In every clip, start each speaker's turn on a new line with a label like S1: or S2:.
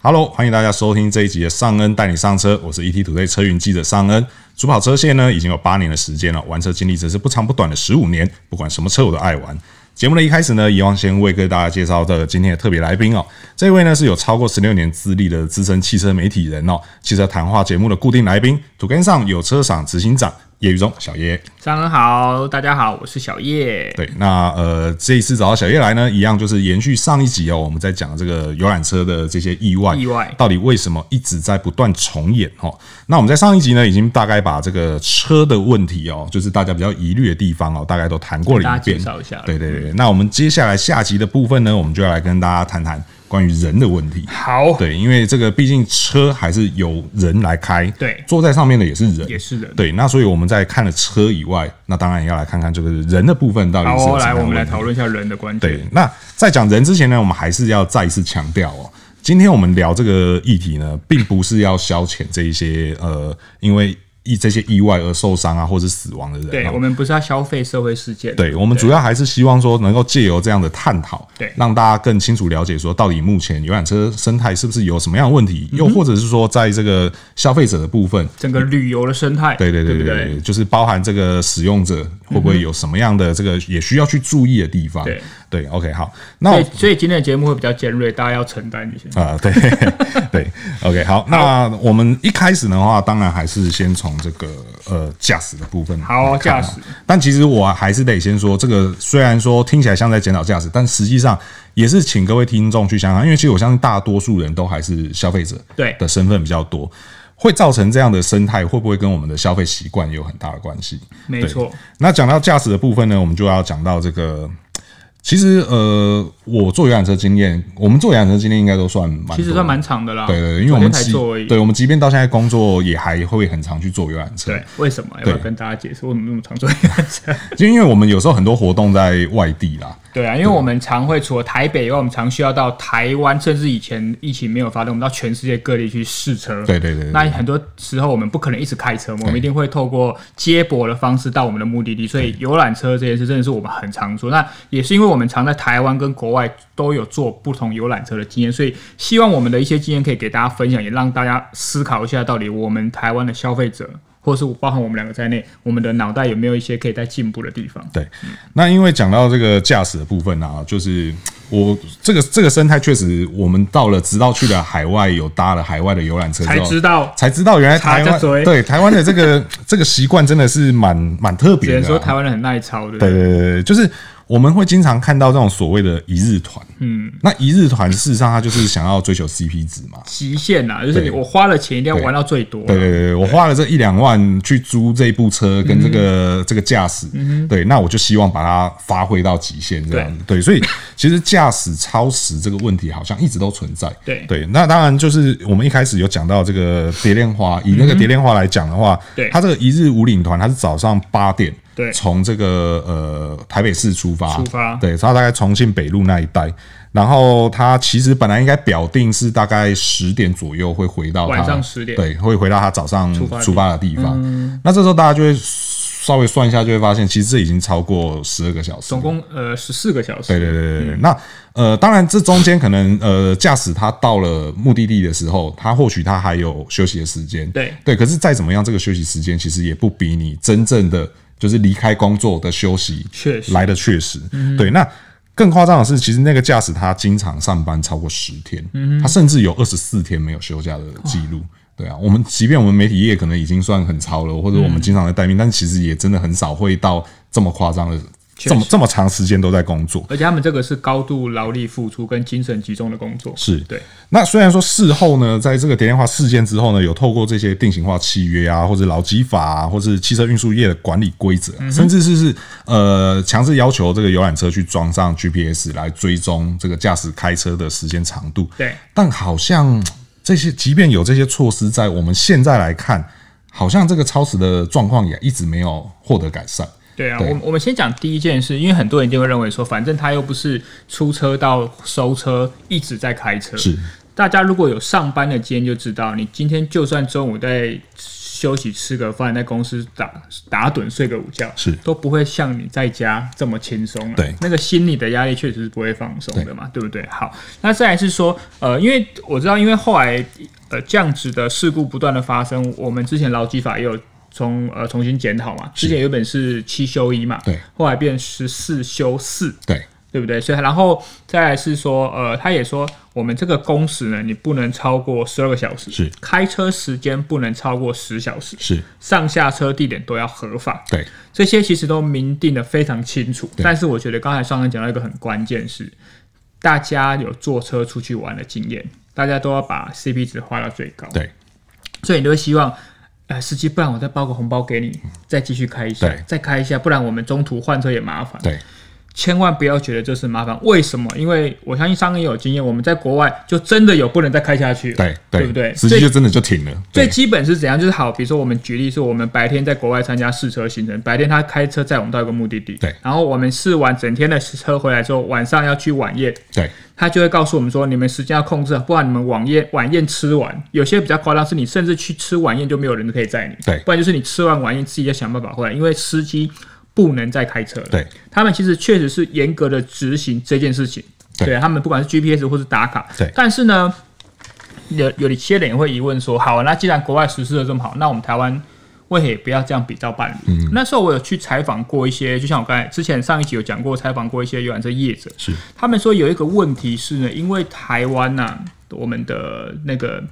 S1: Hello，欢迎大家收听这一集的尚恩带你上车，我是 ET 土队车云记者尚恩。主跑车线呢已经有八年的时间了，玩车经历则是不长不短的十五年，不管什么车我都爱玩。节目的一开始呢，一样先为各大家介绍的今天的特别来宾哦，这位呢是有超过十六年资历的资深汽车媒体人哦，汽车谈话节目的固定来宾，土根上有车赏执行长叶宇中小叶。
S2: 上恩好，大家好，我是小叶。
S1: 对，那呃，这一次找到小叶来呢，一样就是延续上一集哦，我们在讲这个游览车的这些意外，
S2: 意外
S1: 到底为什么一直在不断重演哦？那我们在上一集呢，已经大概把这个车的问题哦，就是大家比较疑虑的地方哦，大概都谈过了
S2: 大家
S1: 一
S2: 介
S1: 遍。
S2: 绍一下。
S1: 对对对，对那我们接下来下集的部分呢，我们就要来跟大家谈谈关于人的问题。
S2: 好，
S1: 对，因为这个毕竟车还是由人来开，
S2: 对
S1: 坐在上面的也是人，
S2: 也是人。
S1: 对，那所以我们在看了车以外，那当然也要来看看这个人的部分到底
S2: 好
S1: 是
S2: 哦，
S1: 有什么
S2: 来，
S1: 样的
S2: 我们来
S1: 问题
S2: 讨论一下人的观点。
S1: 对，那在讲人之前呢，我们还是要再一次强调哦，今天我们聊这个议题呢，并不是要消遣这一些呃，因为意这些意外而受伤啊，或是死亡的人、哦。
S2: 对，我们不是要消费社会事件。
S1: 对，我们主要还是希望说能够借由这样的探讨，
S2: 对
S1: 让大家更清楚了解说到底目前游览车生态是不是有什么样的问题，又或者是说在这个消费者的部分，
S2: 整个旅游的生态。
S1: 对对对
S2: 不
S1: 对对，就是包含这个使用者会不会有什么样的这个也需要去注意的地方。
S2: 对
S1: 对，OK，好，那
S2: 所
S1: 我
S2: 以，所以今天的节目会比较尖锐，大家要承担一些。
S1: 哦啊、对 对，OK，好，那我们一开始的话，当然还是先从这个呃驾驶的部分
S2: 好哦
S1: 来看啊
S2: 驾驶，
S1: 但其实我还是得先说，这个虽然说听起来像在检讨驾驶，但实际上也是请各位听众去想啊想，因为其实我相信大多数人都还是消费者
S2: 对
S1: 的身份比较多。会造成这样的生态，会不会跟我们的消费习惯有很大的关系？
S2: 没错，
S1: 那讲到驾驶的部分呢，我们就要讲到这个。其实，呃，我做游览车经验，我们做游览车经验应该都算蛮多的，
S2: 其实算蛮长的啦。
S1: 对对对，因为我们
S2: 昨天才
S1: 即
S2: 做而已。
S1: 对我们即便到现在工作，也还会很常去坐游览车
S2: 对，，为什么？要不要
S1: 对
S2: 跟大家解释为什么 那么常做这样子？
S1: 就因为我们有时候很多活动在外地啦，
S2: 对啊，因为我们常会除了台北以外，我们常需要到台湾，甚至以前疫情没有发生，我们到全世界各地去试车。
S1: 对对对对
S2: 那很多时候我们不可能一直开车嘛，我们一定会透过接驳的方式到我们的目的地。所以游览车这件事真的是我们很常做。那也是因为我们常在台湾跟国外都有做不同游览车的经验，所以希望我们的一些经验可以给大家分享，也让大家思考一下，到底我们台湾的消费者，或是包含我们两个在内，我们的脑袋有没有一些可以再进步的地方？
S1: 对，那因为讲到这个驾驶的部分啊，就是我这个这个生态确实，我们到了直到去了海外，有搭了海外的游览车之
S2: 才
S1: 后
S2: 知道
S1: 才知道原来台湾
S2: 插着嘴
S1: 对台湾的这个这个习惯真的是蛮蛮特
S2: 只
S1: 别
S2: 能
S1: 的
S2: 说
S1: 啊、
S2: 台湾人很耐操，对不
S1: 对对对对，就是我们会经常看到这种所谓的一日团，嗯，那一日团事实上它就是想要追求 CP 值嘛，
S2: 极限呐、就是你
S1: 对
S2: 我花了钱一定要玩到最多。
S1: 对对对对，我花了这一两万去租这部车跟这
S2: 嗯
S1: 个、这个驾驶，对，那我就希望把它发挥到极限这样子。对，所以其实驾驶超时这个问题好像一直都存在。
S2: 对
S1: 对，那当然就是我们一开始有讲到这个蝶恋花，以那个蝶恋花来讲的话，
S2: 嗯对
S1: 它这个一日五领团，它是早上八点。
S2: 对
S1: 从这个呃台北市出发，
S2: 出发
S1: 对，它大概重庆北路那一带，然后它其实本来应该表定是大概十点左右会回到它
S2: 晚上10点
S1: 哦对，会回到他早上
S2: 出发地嗯
S1: 出发的地方。那这时候大家就会稍微算一下，就会发现其实这已经超过十二个小时
S2: 总。共嗯呃十四个小时。
S1: 对对对对对，那呃，当然这中间可能呃，驾驶他到了目的地的时候，他或许他还有休息的时间。
S2: 对
S1: 对，可是再怎么样，这个休息时间其实也不比你真正的就是离开工作的休息
S2: 确实嗯
S1: 来的确实。对，那更夸张的是，其实那个驾驶他经常上班超过十天，
S2: 嗯
S1: 他甚至有二十四天没有休假的记录。对啊，我们即便我们媒体业可能已经算很超了，或者我们经常在待命，但其实也真的很少会到这么夸张的。这么这么长时间都在工作，
S2: 而且他们这个是高度劳力付出跟精神集中的工作。
S1: 是
S2: 对，
S1: 那虽然说事后呢，在这个电电化事件之后呢，有透过这些定型化契约啊，或者劳基法啊，或是汽车运输业的管理规
S2: 嗯
S1: 则啊、甚至是是呃强制要求这个游览车去装上 GPS 来追踪这个驾驶开车的时间长度。
S2: 对，
S1: 但好像这些，即便有这些措施在，我们现在来看，好像这个超时的状况也一直没有获得改善。
S2: 对啊，
S1: 对
S2: 我们我们先讲第一件事，因为很多人就会认为说，反正他又不是出车到收车一直在开车。
S1: 是
S2: 大家如果有上班的经验就知道，你今天就算中午在休息吃个饭，在公司打打盹睡个午觉，
S1: 是
S2: 都不会像你在家这么轻松了。啊
S1: 对
S2: 那个心理的压力确实是不会放松的嘛，对不对？好，那再来是说，呃，因为我知道，因为后来呃这样子的事故不断的发生，我们之前劳基法也有。从呃重新检讨嘛，之前原本是七休一嘛，
S1: 对，
S2: 后来变十四休四，
S1: 对，
S2: 对不对？所以然后再来是说，呃，他也说我们这个工时呢，你不能超过十二个小时，
S1: 是
S2: 开车时间不能超过十小时，
S1: 是，
S2: 上下车地点都要合法，
S1: 对，
S2: 这些其实都明定的非常清楚。
S1: 对
S2: 但是我觉得刚才上恩讲到一个很关键是，大家有坐车出去玩的经验，大家都要把 CP 值花到最高，
S1: 对，
S2: 所以你都会希望。呃，司机，不然我再包个红包给你，再继续开一下
S1: 嗯对，
S2: 再开一下，不然我们中途换车也麻烦。
S1: 对，
S2: 千万不要觉得这是麻烦。为什么？因为我相信商人有经验，我们在国外就真的有不能再开下去了，
S1: 对，
S2: 对不对？
S1: 司机就真的就停了，
S2: 最
S1: 对，
S2: 基本是怎样？就是好，比如说我们举例说，我们白天在国外参加试车行程，白天他开车载我们到一个目的地，
S1: 对
S2: 然后我们试完整天的试车回来之后，晚上要去晚宴，
S1: 对，
S2: 他就会告诉我们说，你们时间要控制好，不然你们晚宴晚宴吃完，有些比较夸张，是你甚至去吃晚宴就没有人可以载你，
S1: 对
S2: 不然就是你吃完晚宴自己要想办法回来，因为司机不能再开车了，
S1: 对，
S2: 他们其实确实是严格的执行这件事情，
S1: 对
S2: 他们不管是 GPS 或是打卡，
S1: 对
S2: 但是呢，有有一些人也会疑问说，好，那既然国外实施的这么好，那我们台湾为何也不要这样比照办理？
S1: 嗯
S2: 那时候我有去采访过一些，就像我刚才之前上一集有讲过，采访过一些游览车业者，
S1: 是
S2: 他们说有一个问题是呢，因为台湾呐、我们的那个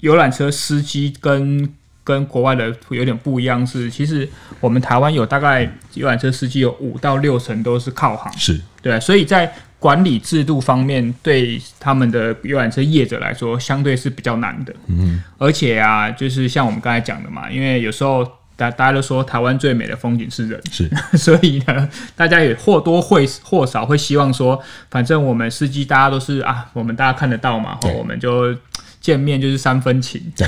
S2: 游览车司机跟跟国外的有点不一样是，其实我们台湾有大概游览车司机有五到六成都是靠行，
S1: 是，
S2: 对，啊所以在管理制度方面，对他们的游览车业者来说，相对是比较难的。嗯，而且啊，就是像我们刚才讲的嘛，因为有时候大大家都说台湾最美的风景是人，
S1: 是
S2: 所以呢，大家也或多会或少会希望说，反正我们司机大家都是啊，我们大家看得到嘛，吼
S1: 对
S2: 我们就。见面就是三分情，
S1: 对，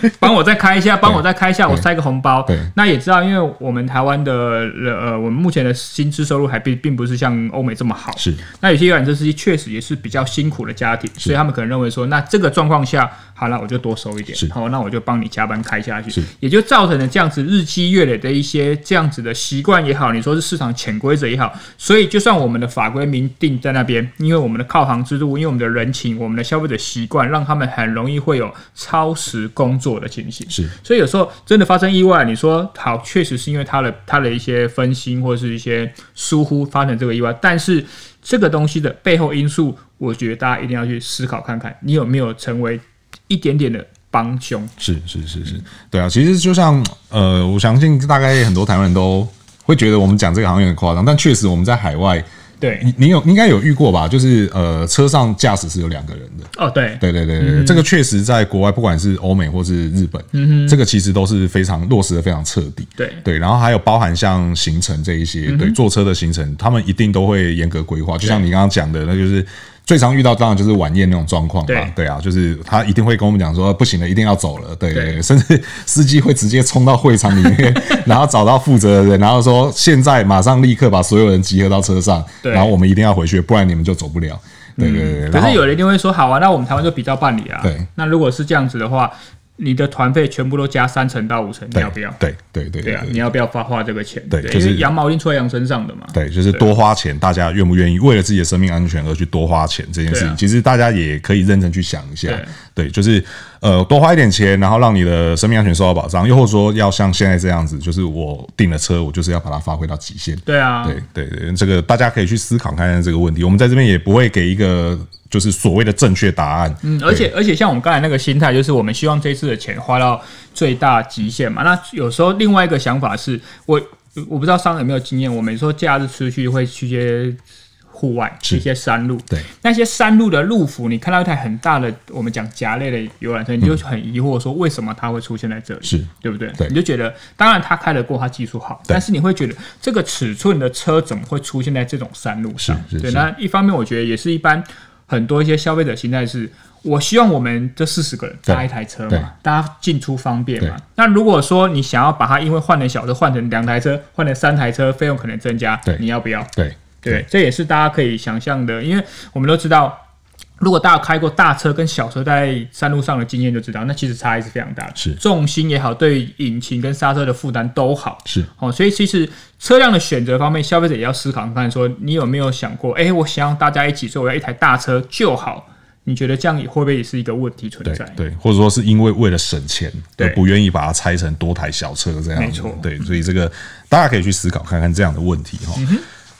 S1: 对，
S2: 帮我再开一下，帮我再开一下，我塞个红包
S1: 对。
S2: 那也知道，因为我们台湾的呃，我们目前的薪资收入还并并不是像欧美这么好，
S1: 是，
S2: 那有些游览车司机确实也是比较辛苦的家庭，所以他们可能认为说，那这个状况下，好了，我就多收一点
S1: 是，
S2: 好，那我就帮你加班开下去
S1: 是，
S2: 也就造成了这样子日积月累的一些这样子的习惯也好，你说是市场潜规则也好，所以就算我们的法规明定在那边，因为我们的靠行制度，因为我们的人情，我们的消费者习惯，让他们很容易会有超时工作的情形。
S1: 是，
S2: 所以有时候真的发生意外，你说好，确实是因为他的他的一些分心或者是一些疏忽发生这个意外，但是这个东西的背后因素，我觉得大家一定要去思考看看，你有没有成为一点点的帮凶。
S1: 是是是是，对啊，其实就像呃，我相信大概很多台湾人都会觉得我们讲这个好像有点夸张，但确实我们在海外，
S2: 对，
S1: 你你有你应该有遇过吧？就是呃，车上驾驶是有两个人的。
S2: 哦，对，
S1: 对对对对，对这个确实在国外，不管是欧美或是日本，这个其实都是非常落实的非常彻底。
S2: 对
S1: 对，然后还有包含像行程这一
S2: 嗯
S1: 些，对坐车的行程，他们一定都会严格规划。就像你刚刚讲的，那就是最常遇到，当然就是晚宴那种状况嘛
S2: 对。
S1: 对啊，就是他一定会跟我们讲说，不行了，一定要走了。对对，
S2: 对
S1: 对 甚至司机会直接冲到会场里面，然后找到负责的人，然后说现在马上立刻把所有人集合到车上，
S2: 对嗯
S1: 然后我们一定要回去，不然你们就走不了。对对对，对
S2: 可
S1: 然后
S2: 是有人一定会说，好啊，那我们台湾就比照办理啊。
S1: 对，
S2: 那如果是这样子的话，你的团费全部都加三成到五成，你
S1: 对
S2: 要不要？
S1: 对对对
S2: 对啊，你要不要发花这个钱？
S1: 对就
S2: 因
S1: 是
S2: 为羊毛一定出在羊身上的嘛。
S1: 对，就是多花钱，大家愿不愿意为了自己的生命安全而去多花钱这件事
S2: 对
S1: 情，
S2: 啊
S1: 其实大家也可以认真去想一下
S2: 对。
S1: 对，就是呃，多花一点钱，然后让你的生命安全受到保障，又或者说要像现在这样子，就是我订了车，我就是要把它发挥到极限。
S2: 对啊，
S1: 对对对，这个大家可以去思考看看这个问题。我们在这边也不会给一个就是所谓的正确答案。
S2: 嗯，而且而且像我们刚才那个心态，就是我们希望这次的钱花到最大极限嘛。那有时候另外一个想法是，我我不知道商人有没有经验，我们说假日出去会去一些户外，
S1: 是
S2: 一些山路，
S1: 对
S2: 那些山路的路幅，你看到一台很大的我们讲夹类的游览车，你就很疑惑说为什么它会出现在这里？
S1: 是
S2: 对不对？
S1: 对
S2: 你就觉得，当然他开得过，他技术好，但是你会觉得这个尺寸的车怎么会出现在这种山路上？
S1: 是是
S2: 对，
S1: 是
S2: 那一方面我觉得也是一般很多一些消费者心态是。我希望我们这四十个人
S1: 对
S2: 搭一台车
S1: 对
S2: 嘛，大家进出方便嘛
S1: 对。
S2: 那如果说你想要把它因为换成小车换成两台车，换成三台车，费用可能增加
S1: 对，
S2: 你要不要？
S1: 对
S2: 对，这也是大家可以想象的，因为我们都知道。如果大家开过大车跟小车在山路上的经验就知道，那其实差异是非常大的，
S1: 是
S2: 重心也好，对引擎跟刹车的负担都好，
S1: 是
S2: 哦，所以其实车辆的选择方面，消费者也要思考看看，说你有没有想过，哎、我想要大家一起，所以我要一台大车就好。你觉得这样也会不会也是一个问题存
S1: 对
S2: 在？
S1: 对，或者说是因为为了省钱，
S2: 对
S1: 而不愿意把它拆成多台小车这样子。
S2: 没错嗯
S1: 对，所以这个大家可以去思考看看这样的问题哈。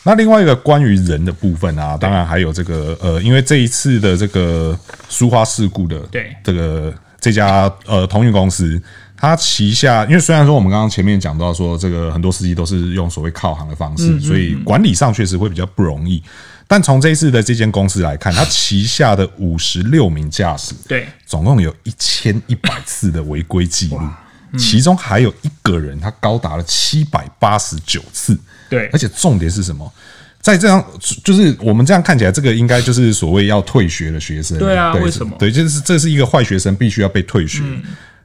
S1: 那另外一个关于人的部分啊，当然还有这个呃，因为这一次的这个苏花事故的
S2: 对
S1: 这个这家呃通运公司，它旗下因为虽然说我们刚刚前面讲到说这个很多司机都是用所谓靠行的方
S2: 嗯
S1: 式，所以管理上确实会比较不容易。但从这一次的这间公司来 看，它旗下的五十六名驾驶，
S2: 对
S1: 总共有一千一百次的违规记录，其中还有一个人他高达了七百八十九次，
S2: 对
S1: 而且重点是什么？在这样，就是我们这样看起来，这个应该就是所谓要退学的学生。
S2: 对啊为什么嗯
S1: 对，就是这是一个坏学生，必须要被退学。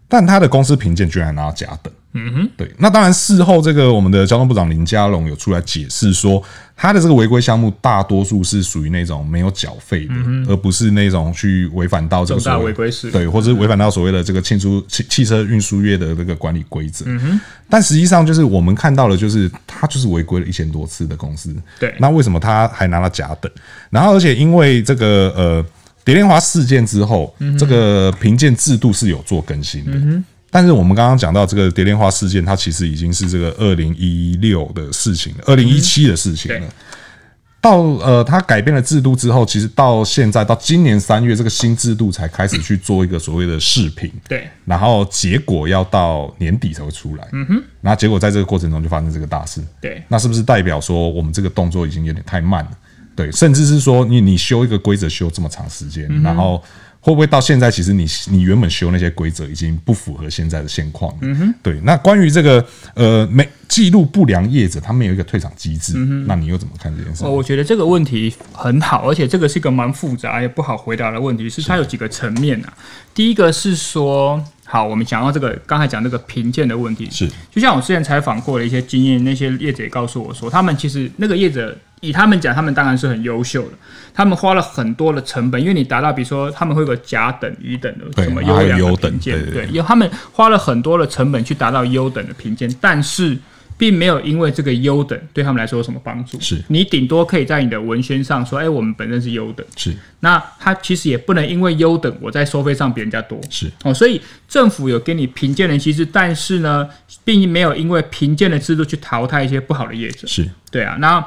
S1: 但他的公司评鉴居然拿到甲等。嗯哼，对。那当然，事后这个我们的交通部长林佳龙有出来解释说，他的这个违规项目大多数是属于那种没有缴费的，而不是那种去违反到这个
S2: 嗯重大
S1: 所谓
S2: 违规事嗯故
S1: 对，或者是违反到所谓的这个汽出汽汽车运输业的这个管理规则。嗯哼，但实际上就是我们看到的，就是他就是违规了一千多次的公司。
S2: 对
S1: 那为什么他还拿到甲等？然后而且因为这个呃蝶恋花事件之后，
S2: 嗯
S1: 这个评鉴制度是有做更新的。但是我们刚刚讲到这个蝶恋花事件，它其实已经是这个二零一六的事情了，二零一七的事情了。
S2: 对
S1: 到呃，它改变了制度之后，其实到现在到今年三月，这个新制度才开始去做一个所谓的视频，
S2: 对
S1: 然后结果要到年底才会出来。嗯哼，然后结果在这个过程中就发生这个大事。
S2: 对
S1: 那是不是代表说我们这个动作已经有点太慢了？对，甚至是说你你修一个规则修这么长时间，然后会不会到现在其实你你原本修那些规则已经不符合现在的现况了？对。那关于这个呃没记录不良业者，他们有一个退场机制，那你又怎么看这件事
S2: 哦，？我觉得这个问题很好，而且这个是一个蛮复杂也不好回答的问题，是它有几个层面啊。第一个是说，好，我们讲到这个刚才讲这个评鉴的问题，
S1: 是
S2: 就像我之前采访过的一些经验，那些业者也告诉我说，他们其实那个业者以他们讲，他们当然是很优秀的，他们花了很多的成本，因为你达到，比如说他们会有个甲等、乙等的
S1: 对
S2: 什么
S1: 然后
S2: 优
S1: 还有
S2: 良的
S1: 优等
S2: 评鉴，
S1: 对对
S2: 对，因为他们花了很多的成本去达到优等的评鉴，但是。并没有因为这个优等对他们来说有什么帮助，
S1: 是
S2: 你顶多可以在你的文宣上说，哎、我们本身是优等，
S1: 是
S2: 那它其实也不能因为优等我在收费上比人家多，
S1: 是
S2: 哦，所以政府有给你评鉴的机制，但是呢，并没有因为评鉴的制度去淘汰一些不好的业者。
S1: 是
S2: 对啊，那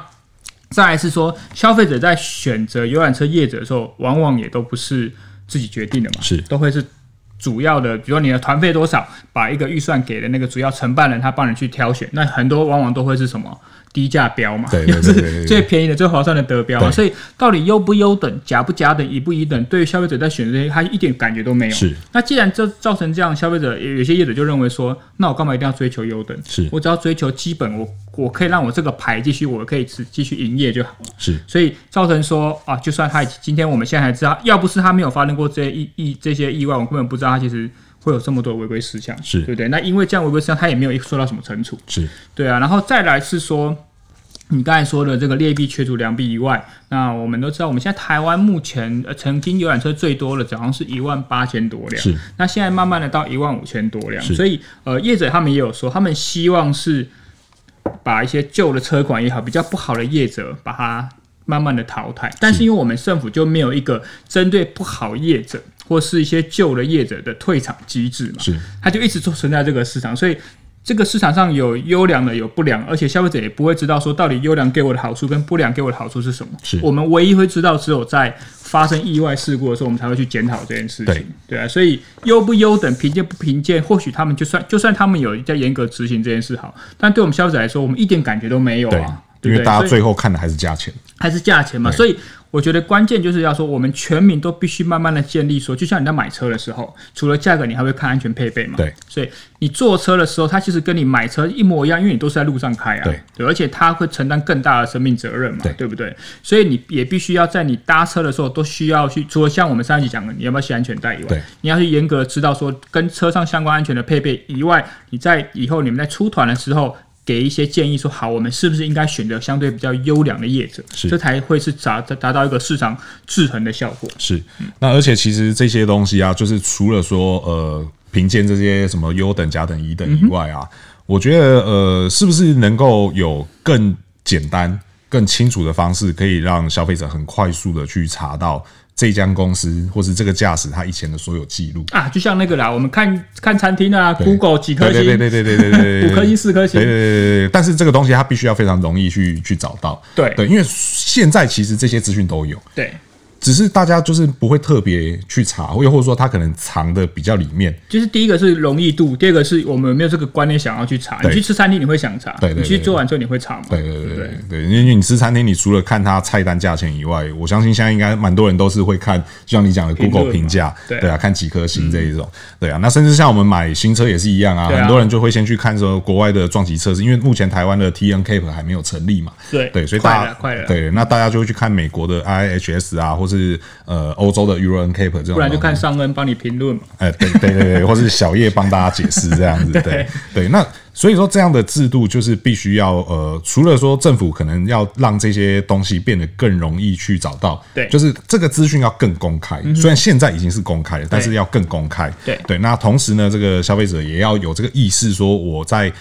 S2: 再来是说，消费者在选择游览车业者的时候，往往也都不是自己决定的嘛，
S1: 是
S2: 都会是主要的，比如说你的团费多少，把一个预算给了那个主要承办人，他帮你去挑选。那很多往往都会是什么低价标嘛，
S1: 对对对对对
S2: 就是最便宜的、最划算的得标嘛。
S1: 对
S2: 所以到底优不优等、甲不甲等、乙不乙等，对于消费者在选择这些，他一点感觉都没有。
S1: 是
S2: 那既然这造成这样，消费者有有些业者就认为说，那我干嘛一定要追求优等？
S1: 是
S2: 我只要追求基本，我我可以让我这个牌继续，我可以只继续营业就好。
S1: 是
S2: 所以造成说啊，就算他已经今天我们现在还知道，要不是他没有发生过这些意意这些意外，我根本不知道他其实会有这么多违规事项，
S1: 是
S2: 对不对？那因为这样违规事项，他也没有受到什么惩处，
S1: 是
S2: 对啊，然后再来是说。你刚才说的这个劣币驱逐良币以外，那我们都知道，我们现在台湾目前呃曾经游览车最多的，好像是一万八千多辆，
S1: 是
S2: 那现在慢慢的到一万五千多辆，
S1: 是
S2: 所以呃业者他们也有说，他们希望是把一些旧的车款也好，比较不好的业者把它慢慢的淘汰，但是因为我们政府就没有一个针对不好业者或是一些旧的业者的退场机制嘛，
S1: 是
S2: 它就一直都存在这个市场，所以这个市场上有优良的，有不良，而且消费者也不会知道说到底优良给我的好处跟不良给我的好处是什么。
S1: 是
S2: 我们唯一会知道，只有在发生意外事故的时候，我们才会去检讨这件事情
S1: 对。
S2: 对啊，所以优不优等、评鉴不评鉴，或许他们就算就算他们有在严格执行这件事好，但对我们消费者来说，我们一点感觉都没有
S1: 对
S2: 啊。，对
S1: 因
S2: 不
S1: 为
S2: 对
S1: 大
S2: 所
S1: 家
S2: 以
S1: 最后看的还是价钱。
S2: 还是价钱嘛，
S1: 对
S2: 所以我觉得关键就是要说，我们全民都必须慢慢的建立说，就像你在买车的时候，除了价格，你还会看安全配备嘛。
S1: 对，
S2: 所以你坐车的时候，它其实跟你买车一模一样，因为你都是在路上开啊。
S1: 对，
S2: 而且它会承担更大的生命责任嘛，
S1: 对
S2: 不对？所以你也必须要在你搭车的时候都需要去，除了像我们上一集讲的，你要不要系安全带以
S1: 对
S2: 外，你要去严格地知道说跟车上相关安全的配备以外，你在以后你们在出团的时候。给一些建议说，好，我们是不是应该选择相对比较优良的业者，
S1: 是
S2: 这才会是达达到一个市场制衡的效果。
S1: 是，那而且其实这些东西啊，就是除了说呃评鉴这些什么优等、甲等、乙等以外啊，我觉得呃是不是能够有更简单、更清楚的方式，可以让消费者很快速的去查到这家公司或是这个驾驶他以前的所有记录。
S2: 啊，就像那个啦，我们看看餐厅啊，Google 几颗
S1: 对
S2: 星，
S1: 对对对对对对对对，
S2: 五颗星四颗星
S1: 对对对对对。但是这个东西它必须要非常容易去去找到。
S2: 对
S1: 对，因为现在其实这些资讯都有。
S2: 对
S1: 只是大家就是不会特别去查，又或者说他可能藏的比较里面。
S2: 就是第一个是容易度，第二个是我们有没有这个观念想要去查。你
S1: 对
S2: 去吃餐厅你会想查，
S1: 对对对
S2: 你去做完之后你会查吗？
S1: 对对对
S2: 不
S1: 对对，因为你吃餐厅，你除了看它菜单价钱以外，我相信现在应该蛮多人都是会看，就像你讲的
S2: 评论
S1: Google
S2: 嘛
S1: 评价，
S2: 对嗯
S1: 对啊，看几颗星这一种，对啊。那甚至像我们买新车也是一样啊，
S2: 对啊
S1: 很多人就会先去看说国外的撞击测试，因为目前台湾的 T N Cap 还没有成立嘛，
S2: 对
S1: 对，所以大
S2: 快
S1: 家
S2: 了快了，
S1: 对，那大家就会去看美国的 I H S 啊，或是呃欧洲的 Euro N Cap 这种，
S2: 不然就看上恩帮你评论嘛。
S1: 哎，对对对对，或是小叶帮大家解释这 样子，对对。那所以说这样的制度就是必须要呃，除了说政府可能要让这些东西变得更容易去找到，
S2: 对嗯
S1: 就是这个资讯要更公开。虽然现在已经是公开了，但是要更公开。
S2: 对
S1: 对，那同时呢，这个消费者也要有这个意识，说我在。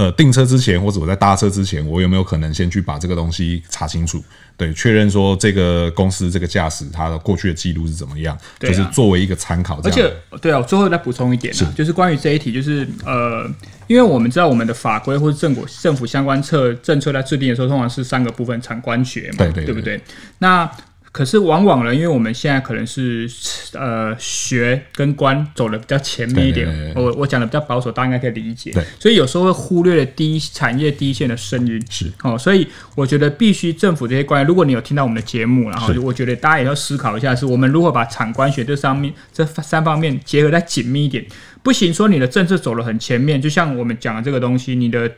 S1: 呃，订车之前或者我在搭车之前，我有没有可能先去把这个东西查清楚？对，确认说这个公司这个驾驶它的过去的记录是怎么样，
S2: 对啊
S1: 就是作为一个参考这
S2: 而
S1: 样。
S2: 且，对啊，我最后再补充一点啊，就是关于这一题，就是呃，因为我们知道我们的法规或者政府政府相关策政策在制定的时候，通常是三个部分：产官学嘛，
S1: 对对对
S2: 不对？那可是往往呢，因为我们现在可能是呃学跟官走的比较前面一点，
S1: 对对对对
S2: 我我讲的比较保守，大家应该可以理解
S1: 对，
S2: 所以有时候会忽略了第一产业第一线的声音，
S1: 是
S2: 哦，所以我觉得必须政府这些官员，如果你有听到我们的节目，然后
S1: 是
S2: 我觉得大家也要思考一下，是我们如何把产官学这上面这三方面结合在紧密一点。不行，说你的政策走得很前面，就像我们讲的这个东西，你的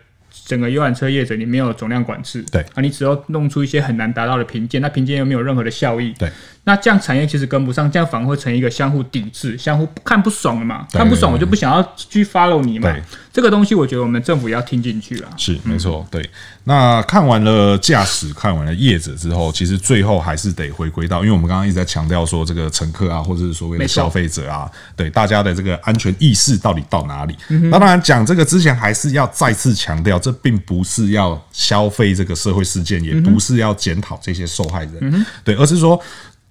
S2: 整个游览车业者你没有总量管制，
S1: 对
S2: 啊，你只要弄出一些很难达到的评鉴，那评鉴又没有任何的效益，
S1: 对，
S2: 那这样产业其实跟不上，这样反而会成一个相互抵制、相互看不爽了嘛，
S1: 对
S2: 看不爽我就不想要去 follow 你嘛
S1: 对，
S2: 这个东西我觉得我们政府也要听进去啊了，
S1: 是没错，对。那看完了驾驶，看完了业者之后，其实最后还是得回归到，因为我们刚刚一直在强调说，这个乘客啊，或者是所谓的
S2: 没错
S1: 消费者啊，对大家的这个安全意识到底到哪里？那当然，讲这个之前还是要再次强调，这并不是要消费这个社会事件，也不是要检讨这些受害人，对，而是说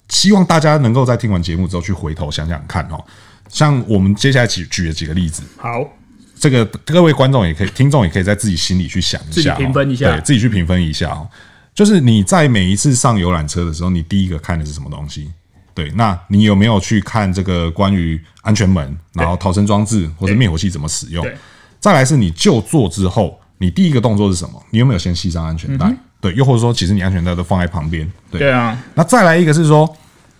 S1: 希望大家能够在听完节目之后去回头想想看哦。像我们接下来举举了几个例子，
S2: 好。
S1: 这个各位观众也可以，听众也可以在自己心里去想一
S2: 自己
S1: 下哦，
S2: 评分一下
S1: 对自己去评分一下哦。就是你在每一次上游览车的时候，你第一个看的是什么东西？对，那你有没有去看这个关于安全门，然后逃生装置或者灭火器怎么使用
S2: 对？
S1: 再来是你就坐之后，你第一个动作是什么？你有没有先系上安全
S2: 嗯
S1: 带？对，又或者说，其实你安全带都放在旁边。对
S2: 对啊，
S1: 那再来一个是说，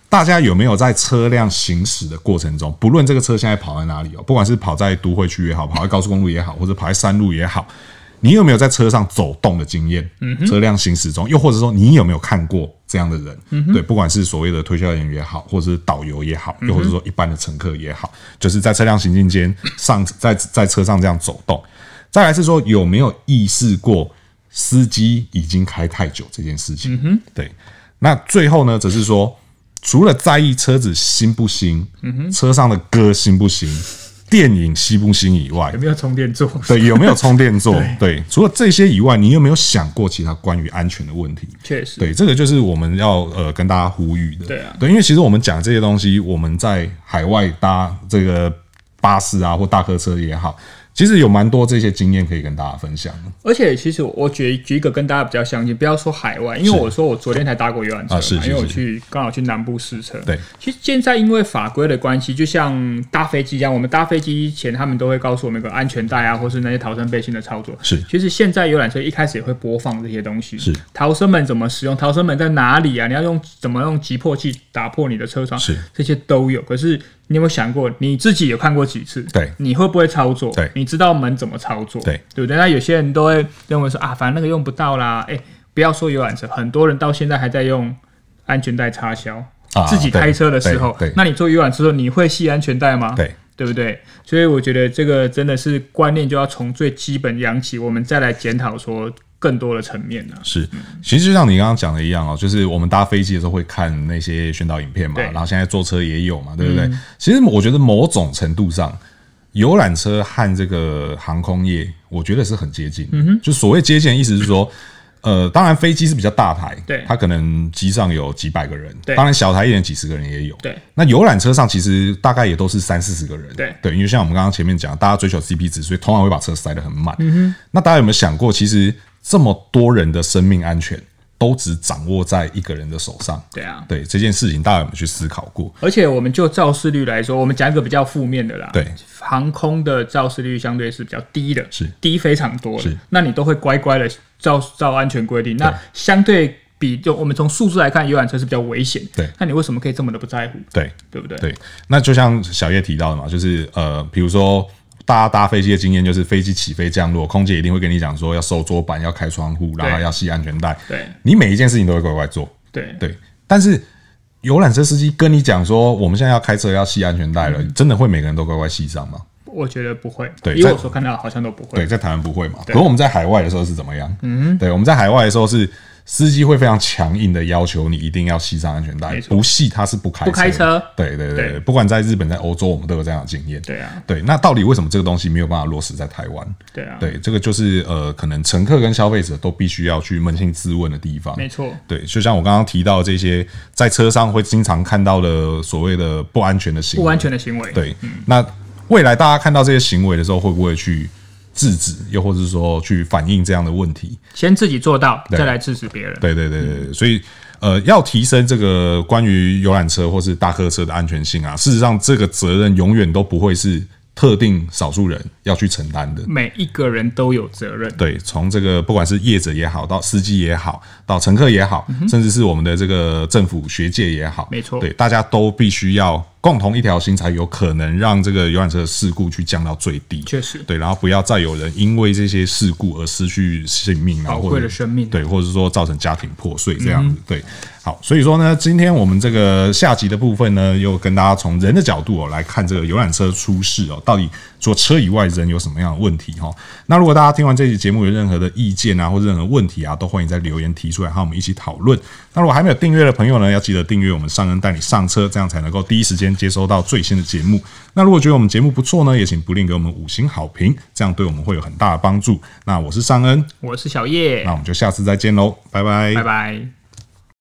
S1: 大家有没有在车辆行驶的过程中，不论这个车现在跑在哪里哦，不管是跑在都会区也好，跑在高速公路也好，或者跑在山路也好，你有没有在车上走动的经验？车辆行驶中，又或者说你有没有看过这样的人？对，不管是所谓的推销员也好，或者是导游也好，又或者说一般的乘客也好，就是在车辆行进间上在在车上这样走动。再来是说有没有意识过司机已经开太久这件事情？嗯、对。那最后呢，则是说，除了在意车子新不新，车上的歌新不 新，电影新不新以外
S2: 有，没有充电座？
S1: 对，有没有充电座？ 对，除了这些以外，你有没有想过其他关于安全的问题？
S2: 确实，
S1: 对，这个就是我们要呃跟大家呼吁的。
S2: 对啊
S1: 对，因为其实我们讲这些东西，我们在海外搭这个巴士啊或大客车也好，其实有蛮多这些经验可以跟大家分享的。
S2: 而且其实我举举一个跟大家比较相近，不要说海外，因为我说我昨天才搭过游览车嘛，
S1: 啊是是
S2: 因为我
S1: 是
S2: 去刚好去南部试车。
S1: 对，
S2: 其实现在因为法规的关系，就像搭飞机一样，我们搭飞机前他们都会告诉我们一个安全带啊，或是那些逃生背心的操作。
S1: 是
S2: 其实现在游览车一开始也会播放这些东西，
S1: 是
S2: 逃生门怎么使用，逃生门在哪里啊？你要用怎么用急迫器打破你的车窗，
S1: 是
S2: 这些都有。可是你有没有想过，你自己有看过几次？
S1: 对
S2: 你会不会操作？
S1: 对
S2: 你知道门怎么操作？
S1: 对，
S2: 对不对？那有些人都会认为说啊，反正那个用不到啦。哎，不要说游览车，很多人到现在还在用安全带插销。
S1: 啊
S2: 自己开车的时候
S1: 对对，
S2: 那你坐游览车的时候，你会系安全带吗？
S1: 对
S2: 对不对？所以我觉得这个真的是观念就要从最基本养起，我们再来检讨说更多的层面啊呢、
S1: 是，其实就像你刚刚讲的一样哦，就是我们搭飞机的时候会看那些宣导影片嘛，
S2: 对嗯
S1: 然后现在坐车也有嘛，对不对？其实我觉得某种程度上，游览车和这个航空业，我觉得是很接近。嗯哼，就所谓接近，意思是说。 呃，当然飞机是比较大台，
S2: 对
S1: 它可能机上有几百个人，
S2: 对
S1: 当然小台一点几十个人也有，
S2: 对。
S1: 那游览车上其实大概也都是三四十个人，
S2: 对
S1: 对，因为像我们刚刚前面讲，大家追求 CP 值，所以通常会把车塞得很满。
S2: 嗯
S1: 那大家有没有想过，其实这么多人的生命安全都只掌握在一个人的手上？
S2: 对啊，
S1: 对这件事情，大家有没有去思考过？
S2: 而且我们就肇事率来说，我们讲一个比较负面的啦。
S1: 对，
S2: 航空的肇事率相对是比较低的，
S1: 是
S2: 低非常多的
S1: 是。
S2: 那你都会乖乖的照照安全规定，那相对比就我们从数字来看，游览车是比较危险。
S1: 对
S2: 那你为什么可以这么的不在乎？
S1: 对
S2: 对不对？
S1: 对，那就像小叶提到的嘛，就是呃，比如说。大家搭飞机的经验就是飞机起飞降落，空姐一定会跟你讲说要收桌板、要开窗户，然后
S2: 对
S1: 要系安全带。
S2: 对
S1: 你每一件事情都会乖乖做。
S2: 对
S1: 对，但是游览车司机跟你讲说，我们现在要开车要系安全带
S2: 嗯
S1: 了，真的会每个人都乖乖系上吗？
S2: 我觉得不会。
S1: 对
S2: 以
S1: 在
S2: 我所看到的好像都不
S1: 对，
S2: 会。
S1: 在台湾不会嘛。可是我们在海外的时候是怎么样？嗯，对，我们在海外的时候是司机会非常强硬的要求你一定要系上安全带
S2: 没，错
S1: 不系他是不开
S2: 不开车
S1: 对对对，
S2: 对
S1: 不管在日本、在欧洲，我们都有这样的经验。
S2: 对啊，
S1: 对，那到底为什么这个东西没有办法落实在台湾？
S2: 对啊，
S1: 对，这个就是呃，可能乘客跟消费者都必须要去扪心自问的地方。
S2: 没错。
S1: 对，就像我刚刚提到这些，在车上会经常看到的所谓的不安全的行为，
S2: 不安全的行为。
S1: 对，那未来大家看到这些行为的时候，会不会去制止，又或者是说去反映这样的问题？
S2: 先自己做到，再来制止别人。
S1: 对对对对，
S2: 嗯
S1: 对所以呃，要提升这个关于游览车或是大客车的安全性啊，事实上这个责任永远都不会是特定少数人要去承担的。
S2: 每一个人都有责任。
S1: 对，从这个不管是业者也好，到司机也好，到乘客也好，甚至是我们的这个政府学界也好，
S2: 嗯没错
S1: 对，大家都必须要共同一条心，才有可能让这个游览车的事故去降到最低。
S2: 确实
S1: 对，然后不要再有人因为这些事故而失去性命，然后
S2: 宝
S1: 或
S2: 贵
S1: 者
S2: 的生命啊嗯
S1: 对，或者是说造成家庭破碎这样子，对。好，所以说呢，今天我们这个下集的部分呢，又跟大家从人的角度哦来看这个游览车出事哦，到底除了车以外，人有什么样的问题哈、哦？那如果大家听完这期节目有任何的意见啊，或者任何问题啊，都欢迎在留言提出来，和我们一起讨论。那如果还没有订阅的朋友呢，要记得订阅我们上恩带你上车，这样才能够第一时间接收到最新的节目。那如果觉得我们节目不错呢，也请不吝给我们五星好评，这样对我们会有很大的帮助。那我是尚恩，
S2: 我是小叶
S1: 那，我们就下次再见喽，拜拜
S2: 拜拜。